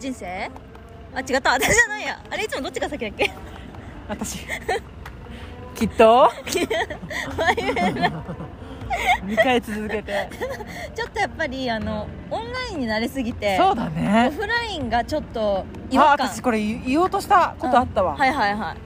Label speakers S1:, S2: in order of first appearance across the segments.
S1: 人生あ違った私じゃないやあれいつもどっちが先だっけ
S2: 私きっと2回続けて
S1: ちょっとやっぱりあのオンラインに慣れすぎて
S2: そうだ
S1: オ
S2: ね
S1: フラインがちょっと違
S2: あ
S1: 和感
S2: 私これ言言おうとしたことあったわ、
S1: うんはいはいはい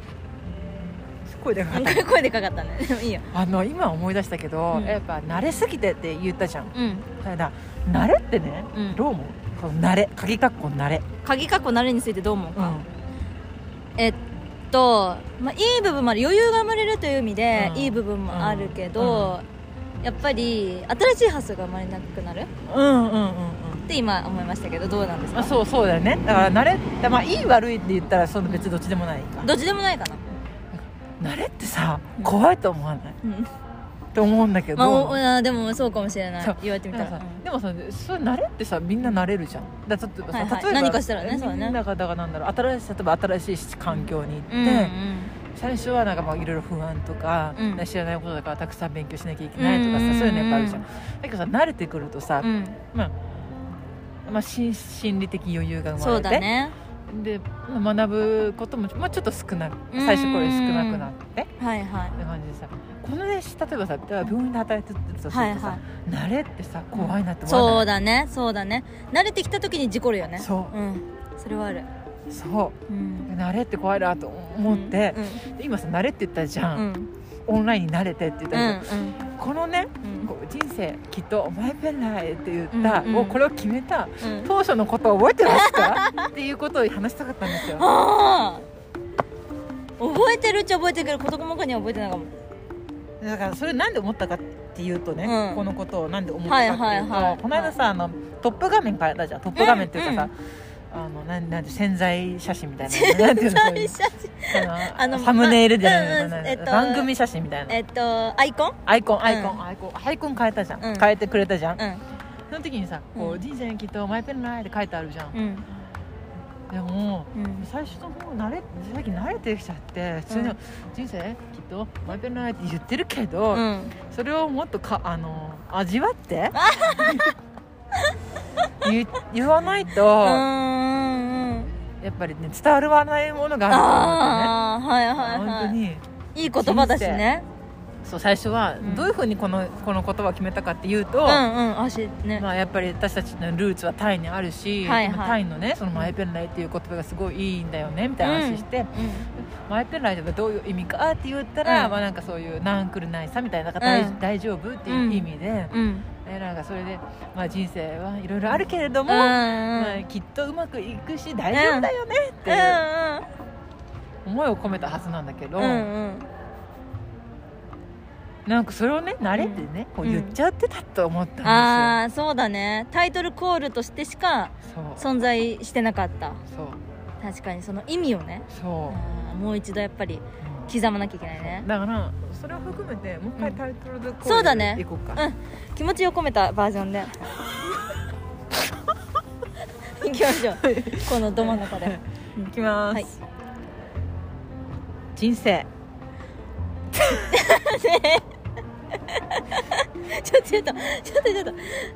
S2: すごいだか
S1: う
S2: ら
S1: んこれ声でかかったね でもいいよ
S2: あの今思い出したけど、
S1: うん
S2: やっぱ慣れすぎてって言ったじゃん
S1: うん
S2: だから慣れってね、
S1: うん
S2: どう思うこの慣れ鍵括弧慣れ、
S1: 鍵括弧慣れについてどう思う
S2: う
S1: か、
S2: ん、
S1: えっと、まあ、いい部分もある余裕が生まれるという意味で、
S2: うん
S1: いい部分もあるけど、やっぱり新しい発想が生まれなくなるっ
S2: うんうんうんうん
S1: て今思いましたけどどうなんです
S2: まあ
S1: か
S2: そうそうだよねだから慣れってまあいい悪いって言ったらその別にどっちでもないか
S1: どっちでもないかな、
S2: 慣れってさ
S1: うん
S2: 怖いと思わない
S1: うん
S2: と思うんだけど、
S1: まあお、あでもそうかもしれな
S2: そう
S1: い言われてみたら、
S2: でもさでもさそう慣れってさみんな慣れるじゃんだからちょっとさ
S1: はいはい
S2: 例えば
S1: 何かしたらねそうだね
S2: だからだからなんだろう新しい例えば新しい環境に行って、
S1: うんうん
S2: 最初はなんかまあいろいろ不安とか、
S1: うん
S2: 知らないことだからたくさん勉強しなきゃいけないとかさ、
S1: うんうんうん
S2: そういうのやっぱあるじゃんだけどさ慣れてくるとさ、
S1: うん
S2: まあ、心心理的余裕が生まれて
S1: そうだね
S2: でまあ学ぶことも、まあ、ちょっと少なく最初これ少なくなってっ
S1: はいはい
S2: て感じでさこのね例えばさだから病院で働いてるとするとさ、
S1: はいはい
S2: 慣れってさ怖いなって思わ
S1: そ
S2: な
S1: う
S2: い
S1: だねそうだね慣れてきた時に事故るよね、
S2: そう
S1: ん、それはある、、
S2: うそううん慣れって怖いなと思って、今さ慣れって言ったじゃ、
S1: うんうんん
S2: オンラインに慣れてって言っ
S1: う
S2: た
S1: ん
S2: けど、このね
S1: うん
S2: こう人生きっとお前ペンライって言っ
S1: う
S2: た、
S1: んうん
S2: もうこれを決めた
S1: うん
S2: 当初のことを覚えてま すかっていうことを話したかったんですよ
S1: ああ覚えてるっちゃ覚えてるけど事細かには覚えてないかも
S2: だからそれなんで思ったかっていうとね、
S1: うん
S2: このことをなんで思ったかっていうと、
S1: はいはいはい
S2: この間さあのトップ画面変えたじゃんトップ画面っていうかさ、あのなんなんて潜在写真みたいななんていう のそういう
S1: 写真
S2: あ
S1: あ
S2: の
S1: の
S2: サムネイルじゃない、
S1: うんうん
S2: なん
S1: えっと
S2: 番組写真みたいな
S1: えっとアイコン
S2: アイコンアイコン、
S1: うん
S2: アイコンアイコン変えたじゃん、
S1: うん
S2: 変えてくれたじゃん、
S1: うん
S2: その時にさ「こう
S1: うん
S2: 人生にきっとマイペンライ」って書いてあるじゃん、
S1: うん
S2: でも
S1: うん
S2: 最初の方慣れ最近慣れてきちゃって普通
S1: う
S2: の
S1: ん
S2: 人生きっとマイペンライって言ってるけど、
S1: うん
S2: それをもっとかあの味わって 言言わないと、
S1: うん
S2: やっぱりね伝わらないものがあ
S1: ああはい
S2: ると
S1: はい
S2: 思ってね、本当
S1: は
S2: に
S1: いいい言葉だしね
S2: そう最初は
S1: うん
S2: どういうふうにこのこの言葉を決めたかっていうと、
S1: うんうん足ね
S2: まあ、やっぱり私たちのルーツはタイにあるし、
S1: はいはい
S2: まあタイのねそのマイペンライっていう言葉がすごいいいんだよねみたいな話して、
S1: う
S2: マイペンライトがどういう意味かって言ったら、
S1: うん
S2: まあなんかそういうナンクルないさみたいななんか大,、
S1: うん
S2: 大丈夫っていう意味で、
S1: んうん
S2: えなんかそれで、まあ、人生はいろいろあるけれども、
S1: うん
S2: まあ、きっとうまくいくし大丈夫だよねっていう
S1: う
S2: 思いを込めたはずなんだけど、
S1: んうんうん
S2: なんかそれをね慣れてね、こう言っちゃってたと思ったんですよ。
S1: ああそうだねタイトルコールとしてしか
S2: そう
S1: 存在してなかった
S2: そう
S1: 確かにその意味をね
S2: そう、
S1: あーもう一度やっぱり
S2: うん
S1: 刻まなきゃいけないね
S2: だからそれを含めてもう一回タイトルでこ
S1: そうだね
S2: いこうか、
S1: うん気持ちを込めたバージョ ンでいきましょうこのど真ん中で
S2: いきます、
S1: はい
S2: 人生
S1: ちょっとちょっとちょっとちょっと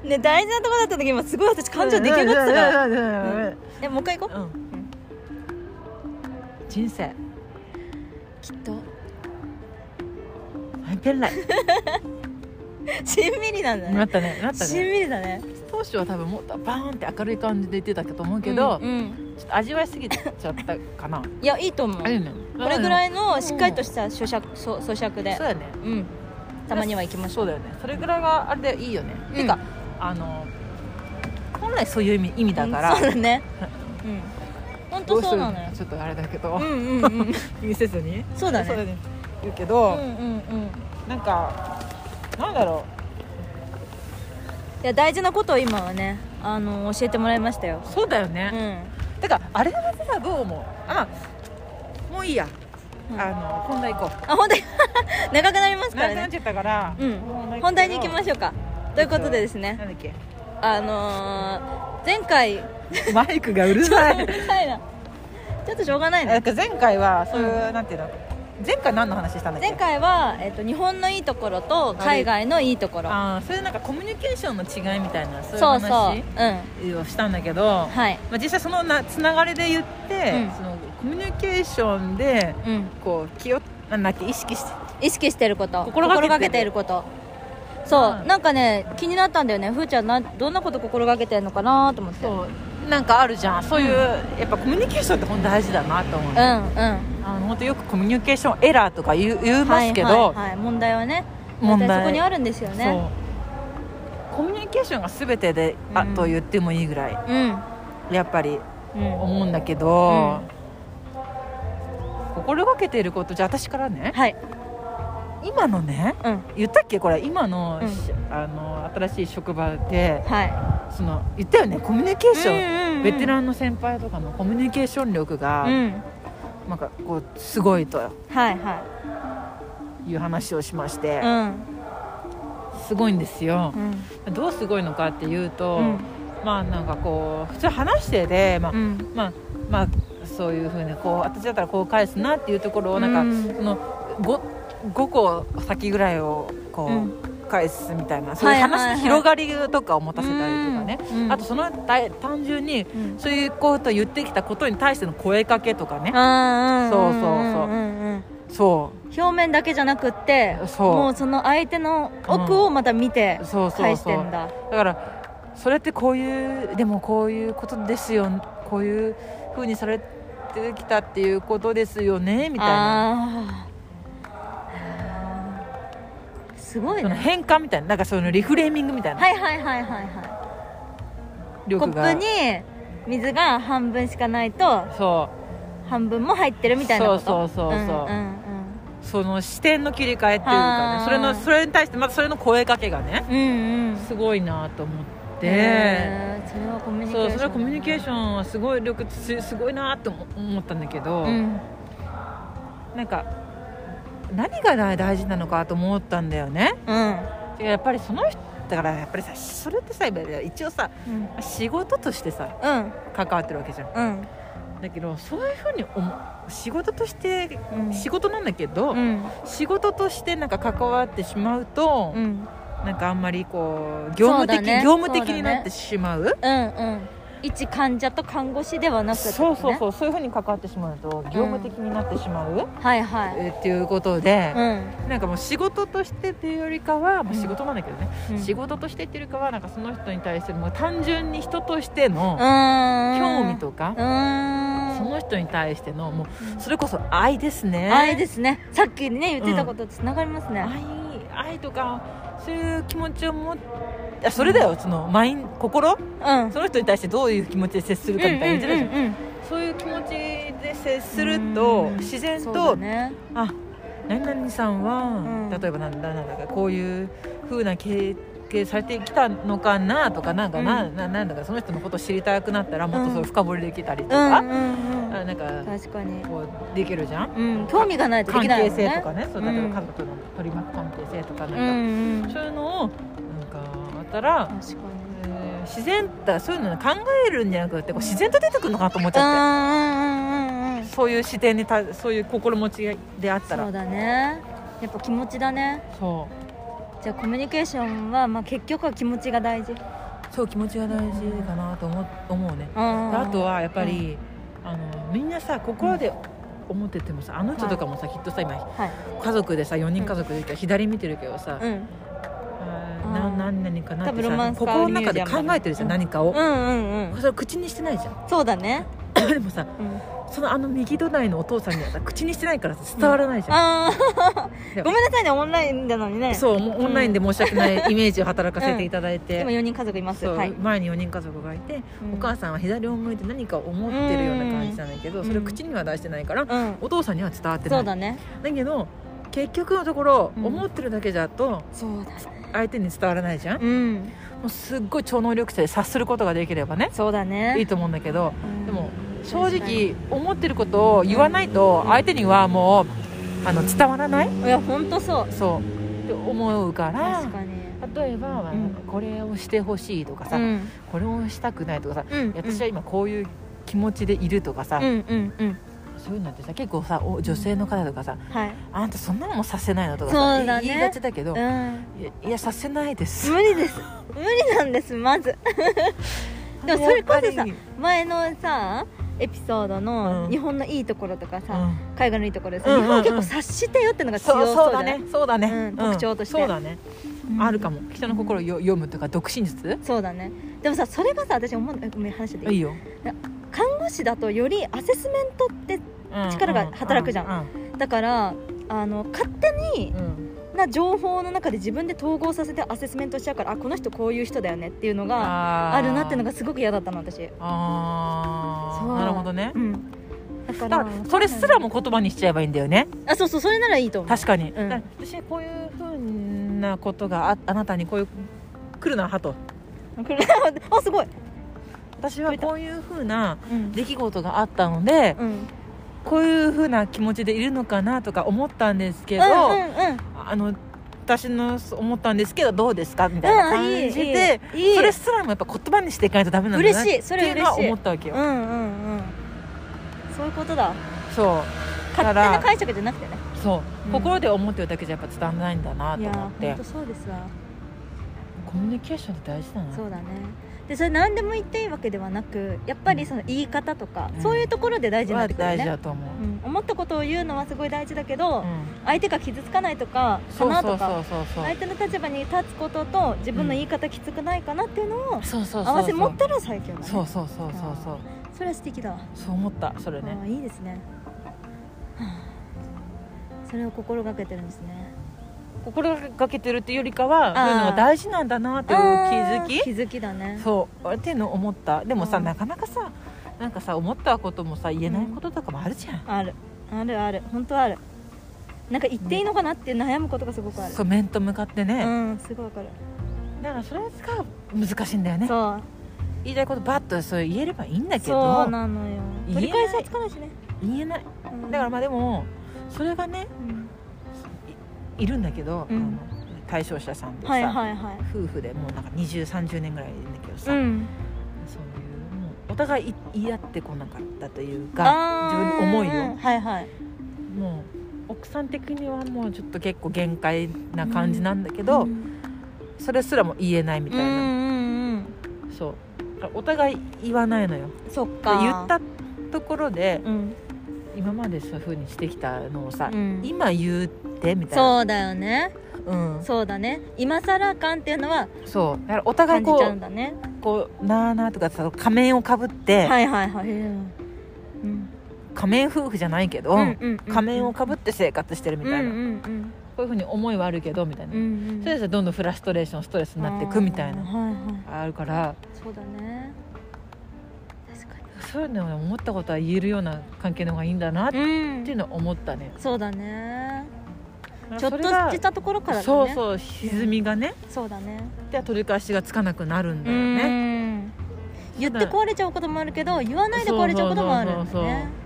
S1: ね大事なとこだった時今すごい私感情出来上がってたから
S2: ら
S1: えもう一回行こう
S2: うん人生
S1: きっと
S2: マイペンライ
S1: しんみりなんだ
S2: な
S1: ね
S2: っ たねなった
S1: しん
S2: ね
S1: みりだね
S2: 当初は多分もっとバーンって明るい感じで言ってたけど思うけど、
S1: うんうん
S2: ちょっと味わいすぎちゃったかな
S1: いやいいと思う
S2: あ
S1: こ
S2: れね
S1: れぐら
S2: い
S1: いのしっかりとした咀嚼そ咀嚼で
S2: そうだよね
S1: うんたまには行きましょ
S2: そうだよねそれぐらいがあれでいいよね、
S1: うん
S2: てかあの本来そういう意味意味
S1: う
S2: だか
S1: う
S2: ら、
S1: んそうだねうん本当
S2: どうす
S1: そう
S2: る
S1: なのよ
S2: ちょっとあれだけど、
S1: うんうんうん
S2: 気にせずに
S1: そうだね
S2: そうだね言うけ
S1: うん
S2: ど、
S1: うんうん
S2: なんかなんだろ
S1: いや大事なことを今はねあの教えてもらいましたよ
S2: うそうだよね、
S1: うん
S2: だからあれはさどう思うあもういいや、
S1: うん
S2: あの本題行こう
S1: あ本題 長くなりますか
S2: 長くな
S1: らね
S2: っちゃったから、
S1: うん本題に行きま
S2: し
S1: しょうかということでですね
S2: なんだっ け
S1: あのー、前回
S2: マイクがうる
S1: ちょっ
S2: さ
S1: とう
S2: い
S1: るさいなちょっとしょうがない
S2: なん
S1: ね
S2: か前回はそういう、
S1: う
S2: なんていうの前回何の話したんだっけ
S1: 前回は、えっと日本のいいところと海外のいいところ
S2: ああそれでなんかコミュニケーションの違いみたいなそういう
S1: そうそうう
S2: 話
S1: ん
S2: をしたんだけど、
S1: はい
S2: まあ、実際そのなつながりで言って、
S1: うん
S2: そのコミュニケーションで
S1: うん
S2: こう気をなんだっけ意識して
S1: 意識してること
S2: 心がけてる
S1: ていることそう、
S2: うん
S1: なんかね気になったんだよねふーちゃんなどんなこと心がけてるのかなと思って
S2: そうなんかあるじゃんそういう、
S1: う
S2: やっぱコミュニケーションって本当大事だなと思う、
S1: うんうん
S2: あの本当よくコミュニケーションエラーとか言う言いますけど、
S1: はいはいはい問題はね
S2: 問題
S1: 大体そこにあるんですよね
S2: そうコミュニケーションが全てで、あ
S1: うん
S2: と言ってもいいぐらい
S1: うん
S2: やっぱり
S1: うん
S2: 思うんだけど、心がけていることじゃあ私からね
S1: はい
S2: 今のね
S1: うん
S2: 言ったっけこれ今の,、
S1: うん
S2: あの新しい職場で
S1: は
S2: その言ったよねコミュニケー
S1: い
S2: ション、
S1: うんうんうん
S2: ベテランの先輩とかのコミュニケーション力が、
S1: うん
S2: なんかこうすごいと
S1: はいは
S2: いう話をしまして、
S1: いうん
S2: すごいんですよ
S1: う、ん
S2: どうすごいのかっていうと、
S1: うん
S2: まあなんかこう普通話してで、まあ
S1: うん
S2: まあまあそういうふうにこう私だったらこう返すなっていうところをなんか、
S1: うん
S2: その 5, 5個先ぐらいをこう、
S1: うん
S2: 返すみたいなそうい
S1: は
S2: う
S1: いはい
S2: 話
S1: は
S2: の
S1: い
S2: 広がりとかを持たせたりとかね、
S1: うん
S2: あとその単単純に
S1: うん
S2: そういうことを言ってきたことに対しての声かけとかね、
S1: あー
S2: そうそうそうん
S1: んん
S2: そ
S1: 表面だけじゃなくって
S2: そう
S1: もうその相手の奥をまた見て
S2: うそうそう
S1: 返し
S2: そう
S1: てんだ
S2: だからそれってこういうでもこういうことですよこういうふうにされてきたっていうことですよねみたい
S1: あ
S2: な
S1: ーあーすごい
S2: その
S1: ね
S2: 変化みたいななんかそのリフレーミングみたいな
S1: はいはいはいはいは
S2: 力
S1: いコ
S2: が、
S1: ップに水が半分しかないと
S2: そう
S1: 半分も入ってるみたいなこと
S2: そうそうそうそうん
S1: ん
S2: その視点の切り替えっていうか
S1: は
S2: ね
S1: い
S2: それのそれに対してまたそれの声かけがね
S1: うんうんうん
S2: すごいなと思って。
S1: へーそれはコミュニケーショ
S2: そ
S1: ン
S2: うそれはコミュニケーショ
S1: ン
S2: ンはすごい力すすごいなと思ったんだけど、
S1: うん
S2: なんか何が大大事なのかと思ったんだよね
S1: うん
S2: やっぱりその人だからやっぱりさそれってさ一応さ
S1: うん
S2: 仕事としてさ
S1: うん
S2: 関わってるわけじゃん
S1: うん
S2: だけどそういうふうに思う仕事として
S1: うん
S2: 仕事なんだけど、
S1: うん
S2: 仕事としてなんか関わってしまうと、
S1: うん
S2: なんかあんまりこう業務
S1: そうだ
S2: 的、
S1: ね
S2: 業務的
S1: そうだね
S2: になってしまう
S1: うんうん一患者と看護師ではなくってこと
S2: そう
S1: ね
S2: そうそうそういうふうに関わってしまうと業務的になってしまう、
S1: はいはい
S2: えーっていうことで
S1: う、ん
S2: なんかもう仕事としてっていうよりかは、まあ、
S1: うん
S2: 仕事なんだけどね、
S1: うん
S2: 仕事としてっていうよりかはなんかその人に対するもう単純に人としての興
S1: 興
S2: 味とか
S1: う、ーん
S2: その人に対してのも
S1: うん
S2: うそれこそ愛ですね
S1: 愛ですねさっきね言ってたこととつながりますね、
S2: 愛愛とかそういう気持ちを持ってあそれだよそのマイン心
S1: うん、うん
S2: その人に対してどういう気持ちで接するかみたいな言ってたじゃん、
S1: うんうんうん
S2: そういう気持ちで接すると
S1: うん
S2: 自然
S1: そう
S2: と
S1: だね
S2: あ何々さんは、
S1: うん
S2: 例えばなんだなんだかこういうふうな経験されてきたのかなとかなんかな,、
S1: うん
S2: ななんだかその人のことを知りたくなったらもっとそうれ
S1: ん
S2: 深掘りできたりと
S1: うん
S2: か、
S1: うんう
S2: あ
S1: ん
S2: なんか
S1: 確かに
S2: こうできるじゃん、
S1: うん興味がないとで
S2: 関
S1: きない
S2: 係
S1: もんね
S2: 性とかねそう例え
S1: うん
S2: ば家族の取り巻く関係性とかなん
S1: う
S2: か、
S1: んうん
S2: そういうのをなんかあったら、
S1: 確かに
S2: えー自然だそういうの考えるんじゃなくてこう自然と出てくるのかなと思っち
S1: う
S2: ゃっ
S1: んうんうんうんう
S2: て、
S1: ん
S2: そういう視点にたそういう心持ちであったら
S1: そうだねやっぱ気持ちだね
S2: そう
S1: じゃあコミュニケーションは、まあ、結局は気持ちが大事
S2: そう気持ちが大事かなと思う思うね、
S1: あ
S2: あとはやっぱり、あのみんなさ心で思っててもさあの人とかもさ、きっとさ今
S1: はい
S2: 家族でさ4人家族でいるけど、左見てるけどさ、
S1: うん
S2: あ
S1: あ
S2: ー
S1: ー
S2: な何々かな
S1: 多
S2: っ
S1: 分
S2: て
S1: ロマ
S2: さ
S1: ンスカー
S2: 心の中で
S1: ミュージアム
S2: 考えてるじゃん、
S1: うん
S2: 何かを、
S1: うんうんうん
S2: それを口にしてないじゃん
S1: そうだね
S2: でもさ
S1: うん
S2: そのあの右隣のお父さんにはさ口にしてないからさ伝わらないじゃん、
S1: あ
S2: で
S1: あ ごめんなさいねオンラインなのにね
S2: そうもうオンラインで申し訳ないイメージを働かせていただいて、
S1: でも4人家族います
S2: そう
S1: はい、
S2: 前に4人家族がいて、お母さんは左を向いて何か思ってるような感じなんだけど、
S1: うん
S2: それを口には出してないから、
S1: うん、うん、
S2: お父さんには伝わってない
S1: そうだね
S2: だけど結局のところ、
S1: うん
S2: 思ってるだけだと
S1: そうだね
S2: 相手に伝わらないじゃん、
S1: うん
S2: もうすっごい超能力者で察することができればね
S1: そうだね
S2: いいと思うんだけど
S1: うん
S2: でも正直思ってることを言わないと相手にはもうあの伝わらない
S1: いや本当そう
S2: そうって思うから
S1: 確かに
S2: 例えば、
S1: うん
S2: これをしてほしいとかさ、
S1: うん
S2: これをしたくないとかさ
S1: うん
S2: 私は今こういう気持ちでいるとかさ、
S1: うんうんうん
S2: そういうのってさ結構さお女性の方とかさ
S1: はい
S2: 「あんたそんなのもさせないの?」とかさ
S1: そうだね
S2: 言いがちだけど、い
S1: うん
S2: やいやさせないです
S1: 無理です無理なんですまずでもそれこそ
S2: や
S1: さ
S2: っぱり
S1: 前のさエピソード
S2: う
S1: の
S2: ん
S1: 日本のいいところとか
S2: う
S1: さ、
S2: ん
S1: 海外のいいところでさ、
S2: うんうんうん
S1: 日本結構察してよってのが強
S2: そう
S1: そう
S2: そう
S1: じゃ
S2: だ
S1: ない
S2: ねそうだね、
S1: うん特徴として
S2: そうだね、
S1: うん
S2: あるかも人の心をよ読むとか独身術
S1: そうだねでもさそれがさ私思うのえごめん話しててい
S2: い
S1: い
S2: いよ、
S1: 看護師だとよりアセスメントって
S2: うん
S1: 力が働くじゃん、だからあの勝手に
S2: うんうん
S1: な情報の中で自分で統合させてアセスメントしちゃうからあこの人こういう人だよねっていうのが
S2: あー
S1: あるなっていうのがすごく嫌だったの私
S2: あ
S1: そ
S2: あ
S1: う
S2: なるほどね
S1: うんだか
S2: だ
S1: ら
S2: からそれすらも言葉にしちゃえばいいんだよね
S1: あそうそうそれならいいと思う
S2: 確かに、
S1: うん
S2: だから私こういうふうなことがああなたにこういう来るなはと
S1: これ あすごい
S2: 私はこういうふうな
S1: うん
S2: 出来事があったので、
S1: うん
S2: こういうふうな気持ちでいるのかなとか思ったんですけど、
S1: うんうんうん
S2: あの私の思ったんですけどどうですかみたいな感じで、
S1: うんいいいいいい
S2: それすらもやっぱ言葉にしていかないとダメなんだなって
S1: 嬉しいそれ
S2: いうのは
S1: 嬉しい
S2: 思ったわけよ、
S1: うんうんうんそういうことだ
S2: そう
S1: 勝手
S2: だか
S1: な
S2: ら
S1: 解釈じゃなくてね
S2: そう、
S1: うん
S2: 心で思ってるだけじゃやっぱ伝わらないんだないと
S1: や
S2: 思っ
S1: ーほ
S2: て
S1: んとそうですわ
S2: コミュニケーションって大事だな
S1: そうだねでそれ何でも言っていいわけではなくやっぱりその言い方とか、
S2: うん
S1: そういうところで大事にな
S2: は
S1: ってくる
S2: 大事
S1: ね
S2: だ、と思う、
S1: うん、思ったことを言うのはすごい大事だけど、
S2: うん
S1: 相手が傷つかないとかか
S2: そう
S1: な
S2: そ
S1: と
S2: うそ
S1: か
S2: うそうそう
S1: 相手の立場に立つことと自分の言い方きつくないかなっていうのを
S2: そうそうそうそう
S1: 合わせ持ったら最強だね
S2: そうそうそうそうそう
S1: それは素敵だわ
S2: そう思ったそれね
S1: ああいいですね、はあそれを心がけてるんですね
S2: 心がけてるっていうよりかは
S1: ー
S2: そういうのが大事なんだなっていう
S1: あー
S2: 気づ
S1: 気
S2: き
S1: づきだね
S2: そうっていうのを思ったでもさ
S1: うん
S2: なかなかさなんかさ思ったこともさ言えないこととかもあるじゃん、
S1: あるあるある本当あるなんか言っていいのかなって悩むことがすごくある
S2: そう面と向かって
S1: う
S2: ね、
S1: んすごいわかる
S2: だからそれが難しいんだよね
S1: そう
S2: 言いたいことバッとそう言えればいいんだけ
S1: そ
S2: ど
S1: うなのよ
S2: 言えない
S1: 取り返しはつかないしね
S2: 言えない
S1: うん
S2: だからまあでもそれがね
S1: うん
S2: いるんだけど、
S1: うん
S2: あの対象者さんでさ、
S1: はいはいはい
S2: 夫婦でもうなんか2030年ぐらいいるんだけどさ、
S1: うん
S2: そういうもうお互い言い合ってこなかったというか
S1: あ
S2: 自
S1: ー
S2: 分の思い
S1: う
S2: を、
S1: んはいはい
S2: もう奥さん的にはもうちょっと結構限界な感じなんだけど、
S1: うん
S2: それすらも言えないみたい
S1: うん
S2: な、
S1: うん
S2: そうだからお互い言わないのよ
S1: うんそっ
S2: で
S1: か
S2: 言ったところで、
S1: うん
S2: 今までそういうふうにしてきたのをさ、
S1: うん
S2: 今言ってみたいな
S1: そうだよね
S2: う,、ん、
S1: そうだね今更感っていうのは
S2: そうだからお互
S1: 感
S2: い
S1: じ
S2: こ
S1: ちゃうん
S2: う
S1: だね
S2: こうなあなあとかさ仮面をかぶって、
S1: はいはいはいうんうん
S2: 仮面夫婦じゃないけど、
S1: うんうんうん
S2: 仮面をかぶって生活してるみたいな、
S1: うんうんうん
S2: こういうふうに思いはあるけどみたいな、
S1: うんうん
S2: それでどんどんフラストレーションストレスになっていくみたい
S1: あ
S2: な
S1: ーはいはい
S2: あるから
S1: そうだね確かに
S2: そういうのを思ったことは言えるような関係の方がいいんだなって
S1: うん
S2: いうのは思ったね、
S1: そうだねちょっ
S2: そ
S1: と
S2: れが
S1: したところからだね
S2: そうそう歪みがね、
S1: そうだね
S2: で取り返しがつかなくなるんだよね、
S1: うん言って壊れちゃうこともあるけど言わないで壊れちゃうこともあるんだ
S2: そうそうそうそう
S1: ね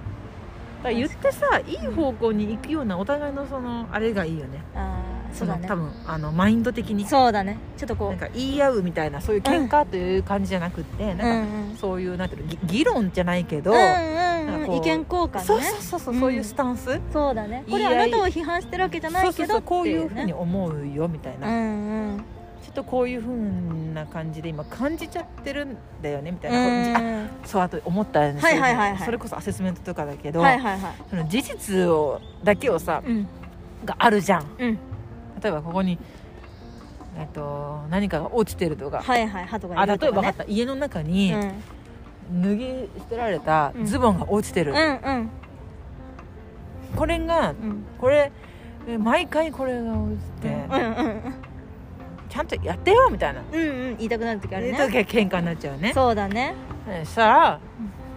S2: だから言ってさいい方向に行くようなお互いのそのあれがいいよね
S1: あーそうだ
S2: の
S1: ね
S2: 多分あのマインド的に
S1: そうだねちょっと
S2: な
S1: こ
S2: んか言い合うみたいなそういう喧嘩という感じじゃなくて、
S1: ううんう
S2: なんか
S1: ん
S2: そういうなんていうのぎ議論じゃないけど、
S1: うん
S2: な
S1: うん
S2: んか
S1: う
S2: こうん
S1: 意見交換ね
S2: そうそうそうそう、
S1: うん
S2: そういうスタンス
S1: そうだねこれ
S2: 言
S1: あ
S2: い合い
S1: なたを批判してるわけじゃないけ
S2: そうそうそ
S1: ど
S2: うこういう
S1: って
S2: ふうに
S1: ね
S2: 思うよみたいうな、
S1: んうん
S2: ちょっとこういうふうな感じで今感じちゃってるんだよねみたいな、あ
S1: うん
S2: そうあと思ったんです
S1: はいはいはいはい
S2: それこそアセスメントとかだけど、
S1: はいはいはい
S2: その事実をだけをさ
S1: うん
S2: があるじゃん
S1: うん
S2: 例えばここに、えっと、何かが落ちてるとか、
S1: はいはいハトが
S2: あ
S1: い
S2: 例
S1: る
S2: えば
S1: とか
S2: 分かっ
S1: ね
S2: た家の中に脱ぎ捨てられた
S1: うん
S2: ズボンが落ちてる、
S1: うんうん
S2: これが
S1: うんうん
S2: これえ毎回これが落ちて、
S1: うんうん
S2: ちゃんとやってよみたいな、
S1: うんうん言いたくなる時ある
S2: そういう
S1: ね
S2: 時は喧嘩になっちゃうね
S1: そうだね
S2: そしたら、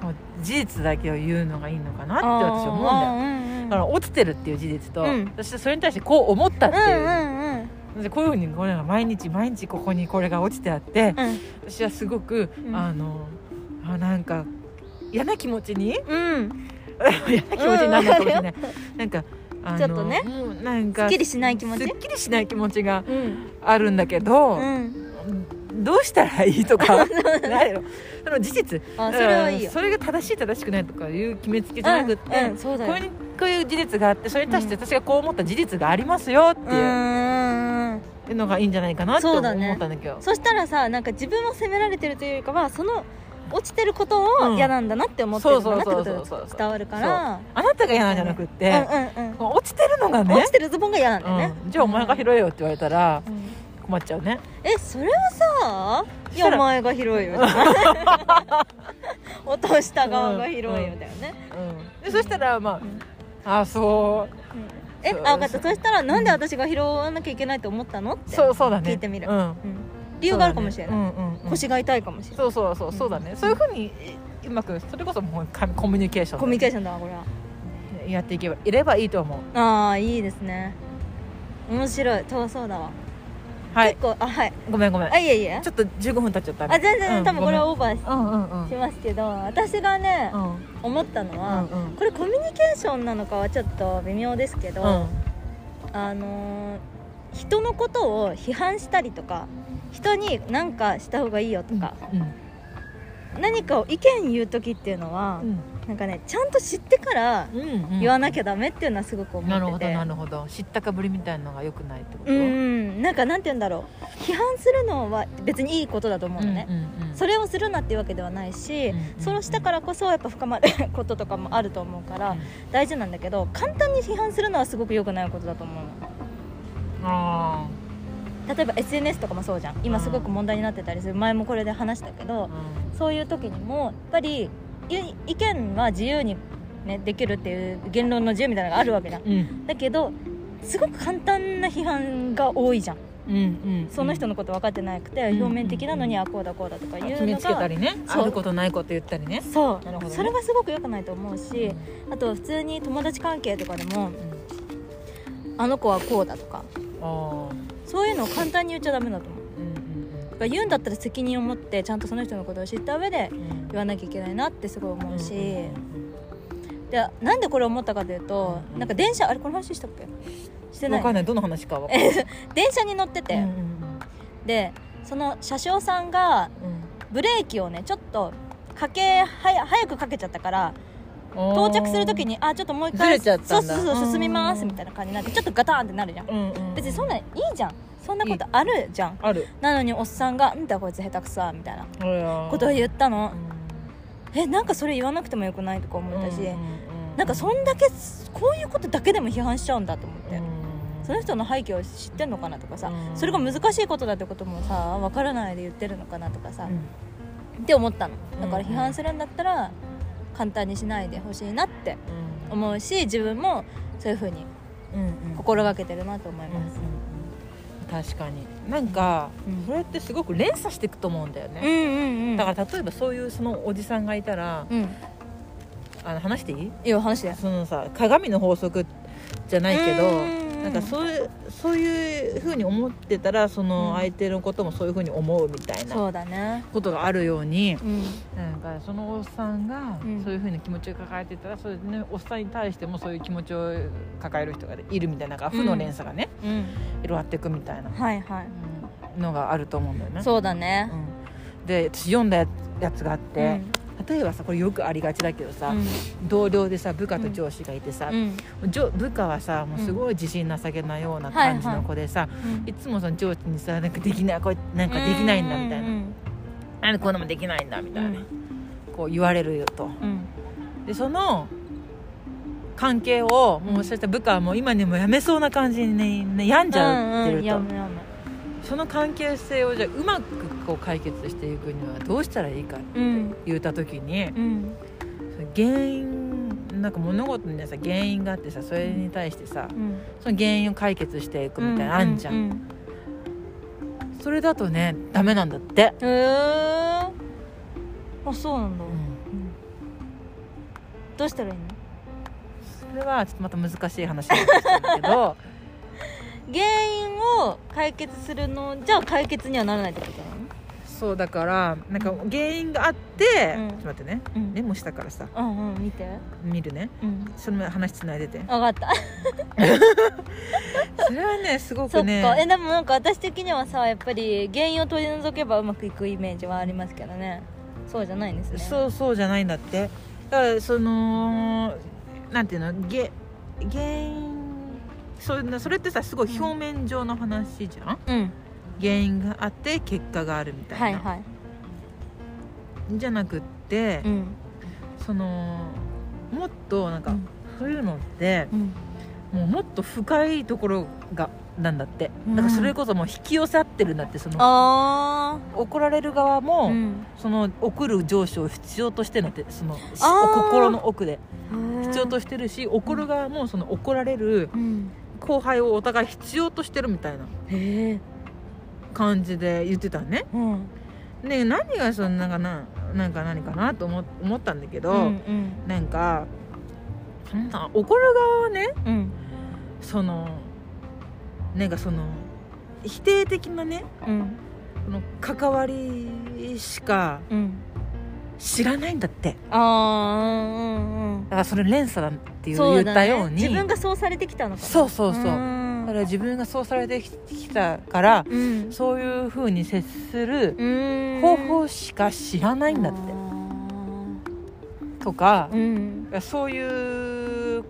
S2: もう事実だけを言うのがいいのかなって私は思うんだよだから落ちてるっていう事実と、
S1: うん
S2: 私はそれに対してこう思ったっていう、
S1: うんうん
S2: でこういうふうにこれが毎日毎日ここにこれが落ちてあって、
S1: うんうん
S2: 私はすごく、
S1: うん
S2: あのあなんか嫌な気持ちに
S1: うん
S2: 嫌な気持ちになるのかもしれない、なんかあの
S1: ちょっとね
S2: うんなん
S1: す
S2: か
S1: っきりしない気持
S2: す
S1: ち
S2: っきりしない気持ちが
S1: うん
S2: あるんだけど、
S1: うん
S2: うんどうしたらいい とかないのその事実
S1: あそれはいいよ
S2: うんそれが正しい正しくないとかいう決めつけじゃなくって、
S1: うんうんそうだよ
S2: こういうこういう事実があってそれに対して私がこう思った事実がありますよって
S1: う
S2: い
S1: ーん
S2: うのがいいんじゃないかなって思
S1: そ
S2: っ
S1: う
S2: た
S1: だ
S2: ん
S1: ね
S2: だけど
S1: そしたらさなんか自分を責められてるというよりかはその落ちてること
S2: う
S1: を
S2: ん
S1: 嫌なんだなって思ってるんだなってこと
S2: そうそうそうそう
S1: が
S2: そう
S1: 伝わるから
S2: あなたが嫌なんじゃなくっ
S1: う
S2: て、
S1: んうん
S2: 落ちてるのが
S1: うん落
S2: ね
S1: ちてるズボンが嫌なんだよね
S2: うんじゃあお前が拾えよって言われたら
S1: うん
S2: 困っちゃうね
S1: えそれはさ
S2: そ
S1: い
S2: した
S1: や
S2: ら
S1: お前が広いよ 落とした側が広いよだよね
S2: うんでそしたらま
S1: うん
S2: ああそう
S1: うんえ
S2: そう
S1: あ分かったそしたらなんで私が拾わなきゃいけないと思ったのって
S2: そうそうだね
S1: 聞いてみる
S2: うん
S1: うん理由があるかもしれない
S2: そうだねうんうんうん
S1: 腰が痛いかもしれない
S2: そうそうそうそうだね、そういうふうにうまくそれこそもうかコミュニケーション
S1: コミュニケー
S2: シ
S1: ションだわこれは
S2: ョンやっていけばいればいいと思う
S1: ああいいですね面白いそうそうだわ
S2: はい
S1: 結構あはい
S2: ごめんごめん
S1: あいえいえ
S2: ちょっと15分経っちゃったね
S1: あ全然多分これは
S2: うん
S1: オーバーし
S2: ごめんうんうんうん
S1: しますけど私がね
S2: うん
S1: 思ったのは
S2: うんうん
S1: これコミュニケーションなのかはちょっと微妙ですけど
S2: うん
S1: あのー人のことを批判したりとか人に何かした方がいいよとか、
S2: うん
S1: 何かを意見言う時っていうのは、なんかねちゃんと知ってから
S2: うんうんうん
S1: 言わなきゃダメっていうのはすごく思
S2: なるほ
S1: って
S2: ど
S1: て、
S2: なるほど知ったかぶりみたいのが良くないってこと
S1: うんうんなんかなんて言うんだろう批判するのは別にいいことだと思うのね、
S2: うんうん
S1: それをするなっていうわけではないし、
S2: うんうん
S1: それをしたからこそやっぱ深まることとかもあると思うから、
S2: うん
S1: 大事なんだけど簡単に批判するのはすごく良くないことだと思うの
S2: あ
S1: 例えば SNS とかもそうじゃん今すごく問題になってたりする前もこれで話したけ
S2: あ
S1: どそういう時にもやっぱりい意見は自由に、ね、できるっていう言論の自由みたいなのがあるわけじゃん
S2: うん
S1: だけどすごく簡単な批判が多いじゃん
S2: うんうん
S1: その人のこと分かってなくて、
S2: うん
S1: 表面的なのにあこうだこうだとかいうのが
S2: 決めつけたりね
S1: そう
S2: あることないこと言ったりね
S1: そう
S2: なるほどね
S1: それがすごく良くないと思うしあと普通に友達関係とかでもあの子はこうだとか
S2: ああ
S1: そういうのを簡単に言っちゃダメだと思う
S2: うん
S1: だから言うんだったら責任を持ってちゃんとその人のことを知った上で
S2: うんうん
S1: 言わなきゃいけないなってすごい思うし、
S2: うんうん
S1: でなんでこれ思ったかというとなんか電車あれこの話したっけして
S2: うん
S1: な
S2: わ
S1: い
S2: かんないどの話かわかんない
S1: 電車に乗ってて、
S2: うん
S1: でその車掌さんが
S2: うんうん
S1: ブレーキをねちょっとかけはや早くかけちゃったから到着するときにあちょっともう一
S2: ず
S1: 回
S2: れちゃったん
S1: そ
S2: だ
S1: うそう
S2: うんう
S1: そ
S2: ん
S1: う
S2: うん
S1: 進みますみたいな感じになってちょっとガタンってなるじゃん
S2: うんうん
S1: 別にそんなんいいじゃんそんなことあるじゃん
S2: ある
S1: なのにおっさんが「んだこいつ下手くそ」みたいなことを
S2: 答
S1: 言ったの
S2: う
S1: えなんかそれ言わなくてもよくないとか思ったし、
S2: ん
S1: なんかそんだけこういうことだけでも批判しちゃうんだと思って、その
S2: 人
S1: 人の背景を知ってんのかなとかさ、
S2: うん
S1: それが難しいことだってこともさ分からないで言ってるのかなとかさ、って思ったのだから
S2: うん
S1: 批判するんだったら簡単にしないでほしいなって思うし自分もそういうふうに心がけてるなと思います、
S2: 確かになんか
S1: うん
S2: それってすごく連鎖していくと思うんだよ
S1: うん、
S2: ね
S1: うんうん
S2: だから例えばそういうそのおじさんがいたら
S1: うんい
S2: あの話していい
S1: いよ話だよ
S2: そのさ鏡の法則じゃないけど
S1: うん
S2: なんかそういうそういうふうに思ってたらその相手のこともそういうふうに思うみたいな
S1: そうだね
S2: ことがあるように
S1: うん
S2: なんかそのおっさんが
S1: うん
S2: そういうふうな気持ちを抱えてたら、そういうね、おっさんに対してもそういう気持ちを抱える人がいるみたいななんか負の連鎖がね、
S1: うん
S2: 広がっていくみたいな
S1: はいはい
S2: のがあると思うんだよね。
S1: そうだね
S2: うんで私読んだややつがあって、例えばさこれよくありがちだけど
S1: う
S2: さ、
S1: ん
S2: 同僚でさ部下と上司がいてさ、
S1: うん
S2: じょ部下はさもうすごい自信なさげなような感じの子でさ、い
S1: うん
S2: つもその上司にさなんかできないこれなんかできないんだみたいな、
S1: うん
S2: なんでこんなもんできないんだみたいな、
S1: うん
S2: こう言われるよと。
S1: うん
S2: でその関係をもうそうした部下はもう今にもやめそうな感じにね、ね病んじゃっ
S1: う
S2: て
S1: んうん
S2: ると、
S1: やむやむ
S2: その関係性をじゃあうまくこう解決していくにはどうしたらいいかって
S1: うん
S2: 言った時に
S1: うん
S2: その原因なんか物事にはさ原因があってさそれに対してさ
S1: うん
S2: その原因を解決していくみたいなのあんじゃん、
S1: うう
S2: それだとねダメなんだって、
S1: へえあそうなんだうんどうしたらいいの
S2: それはちょっとまた難しい話になってきたんだけ ど
S1: 原因を解決するのじゃあ解決にはならないってことなの
S2: そうだからなんか原因があって、
S1: うん
S2: ちょっと待ってね
S1: うん
S2: メモしたからさ
S1: うんうん見て
S2: 見るね
S1: うん
S2: その前話つないでて
S1: 分かった
S2: それはねすご
S1: そっ
S2: く
S1: かえで
S2: ね
S1: もなんか私的にはさやっぱり原因を取り除けばうまくいくイメージはありますけどねそうじゃないんですねう
S2: そうそうじゃないんだってだからそのなんていうのげ原因そんなそれってさすごい表面上の話じゃん、
S1: うん
S2: 原因があって結果があるみたいな、
S1: はいはい
S2: じゃなくって、
S1: うん
S2: そのもっとなんか、
S1: うん
S2: そういうのって
S1: うん
S2: もうもっと深いところがなんだって、
S1: うん
S2: だからそれこそもう引き寄せ合ってるんだってその
S1: あ
S2: 怒られる側
S1: あ
S2: も、
S1: うん
S2: その送る上司を必要としてるのってその
S1: あー
S2: 心の奥で必
S1: 必
S2: 要としてるし、怒る側もその怒られる
S1: うん
S2: 後輩をお互い必要としてるみたいな
S1: へえ
S2: 感じで言ってたね。
S1: うん
S2: ね何がそのなんかななんか何かなと思思ったんだけど、
S1: うんうん
S2: なんかそんな怒る側はね
S1: うん
S2: そのなんかその否定的なね
S1: うん
S2: この関わりしか
S1: うん
S2: 知らないんだって
S1: ああうんうん
S2: だからそれ連鎖だっていう
S1: そう
S2: 言
S1: だ
S2: った
S1: ね
S2: ように
S1: 自分がそうされてきたのか
S2: そうそうそううだか
S1: ん
S2: ら自分がそうされてききたから
S1: うん
S2: そういうふうに接する
S1: うん
S2: 方法しか知らないんだってとか
S1: あーうん
S2: そういう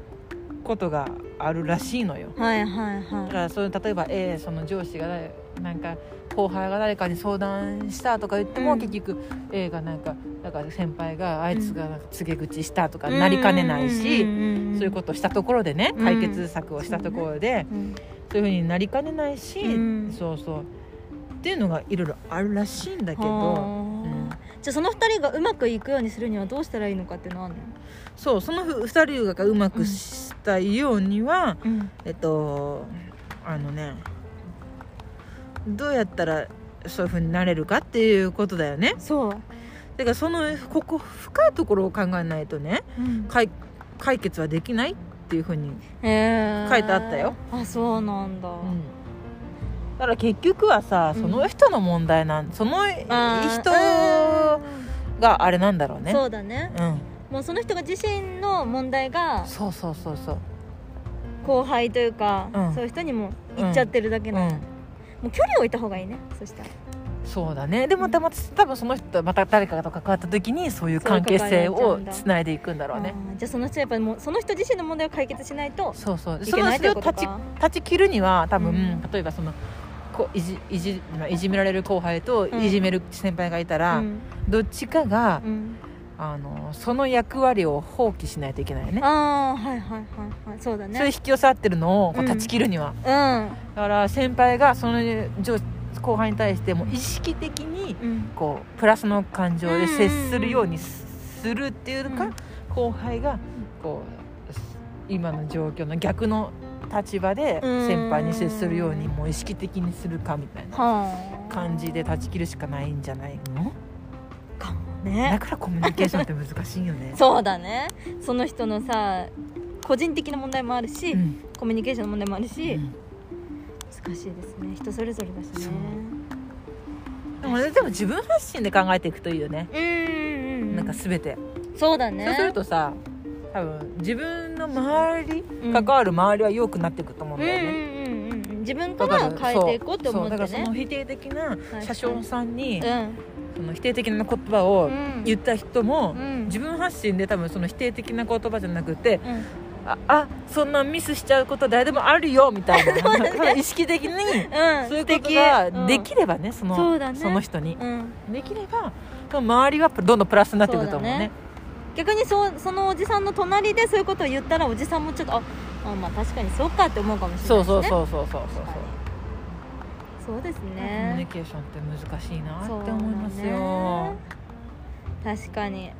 S2: ことがあるらしいのよ
S1: はいはい
S2: だ
S1: は
S2: からその例えば、A、その上司が誰なんか後輩が誰かに相談したとか言っても、
S1: うん
S2: 結局 A がなんかだから先輩があいつがなんか告げ口したとか
S1: い
S2: なりかねないし、
S1: うんんんん
S2: そういうことをしたところでね
S1: うん
S2: 解決策をしたところで、
S1: うん
S2: そういうふうになりかねないし、
S1: うん
S2: そうそうっていうのがいろいろあるらしいんだけど、
S1: はあ
S2: うん
S1: じゃあその二人がうまくいくようにするにはどうしたらいいのかっていうのはあるの
S2: そうそのふ二人がうまくしたいようには、
S1: うん
S2: えっとあのねどうやったらそういうふうになれるかっていうことだよね
S1: そう、
S2: だからそのここ深いところを考えないとね
S1: うん
S2: 解解決はできないっていうふうに、
S1: へー
S2: 書いてあったよ
S1: あそうなんだ、
S2: だから結局はさ
S1: うん
S2: その人の問題なんその人
S1: あー
S2: があれなんだろうね
S1: そうだね
S2: うん、
S1: もうその人が自身の問題が
S2: そうそうそうそう、
S1: 後輩というか、
S2: うん
S1: そういう人にも行っちゃってるだけ
S2: う
S1: なの、
S2: ん、
S1: もう距離を置いた方がいいねそしたら
S2: そうだねでもたまた多分その人とまた誰かと関わった時にそういう関係性をつないでいくんだろうね
S1: あーじゃあその人はやっぱりもうその人自身の問題を解決しないと
S2: そうそう
S1: い
S2: そ
S1: け
S2: の
S1: ない
S2: そ
S1: とい
S2: れ
S1: うこ
S2: を
S1: とか
S2: 断ち断ち切るには多分、
S1: うん
S2: 例えばそのこういじいじまあいじめられる後輩と
S1: うん
S2: いじめる先輩がいた
S1: う
S2: ら、
S1: ん
S2: どっちかが、
S1: うん
S2: あのその役割を放棄しないといけないよね
S1: ああはいはいはいはいそうだ
S2: それ
S1: ね
S2: 引き寄せ合ってるのをこう
S1: うん
S2: 断ち切るに
S1: う
S2: は、
S1: ん
S2: だから先輩がその上後輩に対しても意識的に
S1: うん
S2: こうプラスの感情で接するよう
S1: うんうんう
S2: にすするっていうか、
S1: うん
S2: 後輩がこう今の状況の逆の立場で
S1: うん
S2: 先輩に接するようにもう意識的にするかみたいな
S1: はあ
S2: 感じで断ち切るしかないんじゃないの
S1: かも
S2: だ
S1: ね
S2: からコミュニケーションって難しいよね
S1: そうだねその人のさ個人的な問題もあるし、
S2: うん
S1: コミュニケーションの問題もあるし、
S2: うん
S1: 難しいですね人それぞれだしね
S2: そうでもでも自分発信で考えていくといいよね、
S1: うんうんうん
S2: なんか全て、
S1: そうだね
S2: そうするとさ多分自分の周り、
S1: うん
S2: 関わる周りは良くなっていくと思うん
S1: うん
S2: だよね、
S1: うんうんうん自分か
S2: だから
S1: 変えていこうって思って
S2: だからそ
S1: ね
S2: の否定的な車掌さんに、
S1: うん
S2: その否定的な言葉を
S1: うん
S2: 言った人も、
S1: うん
S2: 自分発信で多分その否定的な言葉じゃなくて
S1: うん
S2: ああそんなミスしちゃうこと誰でもあるよ みたいな意識的に
S1: うん
S2: そういうことがで
S1: る
S2: きればねその
S1: そうだね
S2: の人に
S1: うん
S2: できれば周りはどんどんプラスになってくると思うね
S1: 逆にそうそのおじさんの隣でそういうことを言ったらおじさんもちょっとああまあ確かにそうかって思うかもしれ
S2: そ
S1: な
S2: う
S1: い
S2: そう
S1: う
S2: そうそうそうそう
S1: そうです
S2: コミュニ
S1: ね
S2: ケーションって難しいな
S1: そう
S2: って
S1: だ
S2: 思い
S1: ね
S2: ますよ、
S1: 確かに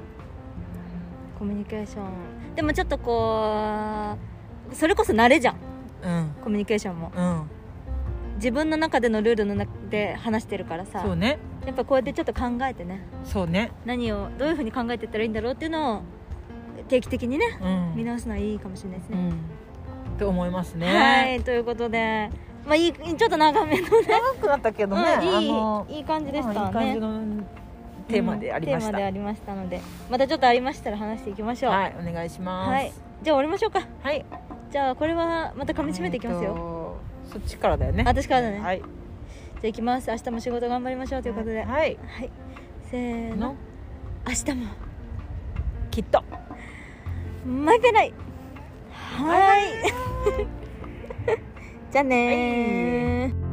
S1: コミュニケーションでもちょっとこうそれこそ慣れじゃん
S2: うん
S1: コミュニケーションも
S2: うん
S1: 自分の中でのルールの中で話してるからさ
S2: そうね
S1: やっぱこうやってちょっと考えてね
S2: そうね
S1: 何をどういうふうに考えていったらいいんだろうっていうのを定期的にね
S2: うん
S1: 見直すのはいいかもしれないです
S2: う
S1: ね、
S2: んって思いますね
S1: はいということでまあいいちょっと長めのね
S2: 長くなったけどね、
S1: うんいい
S2: あの
S1: いい感じでした
S2: まあ
S1: わ
S2: いい
S1: ね
S2: 感じのテーマでありまし
S1: うんテーマ
S2: た、
S1: でありましたのでまたちょっとありましたら話していきましょう
S2: はいお願いします
S1: はいじゃあ終わりましょうか
S2: はい
S1: じゃあこれはまた噛み締めていきますよ
S2: よ、そっちからだよね
S1: 私からだね
S2: はい
S1: じゃあいきます明日も仕事頑張りましょうということではい、
S2: はい
S1: せーの
S2: の
S1: 明日も
S2: きっと
S1: 負けない はーいじゃあねー、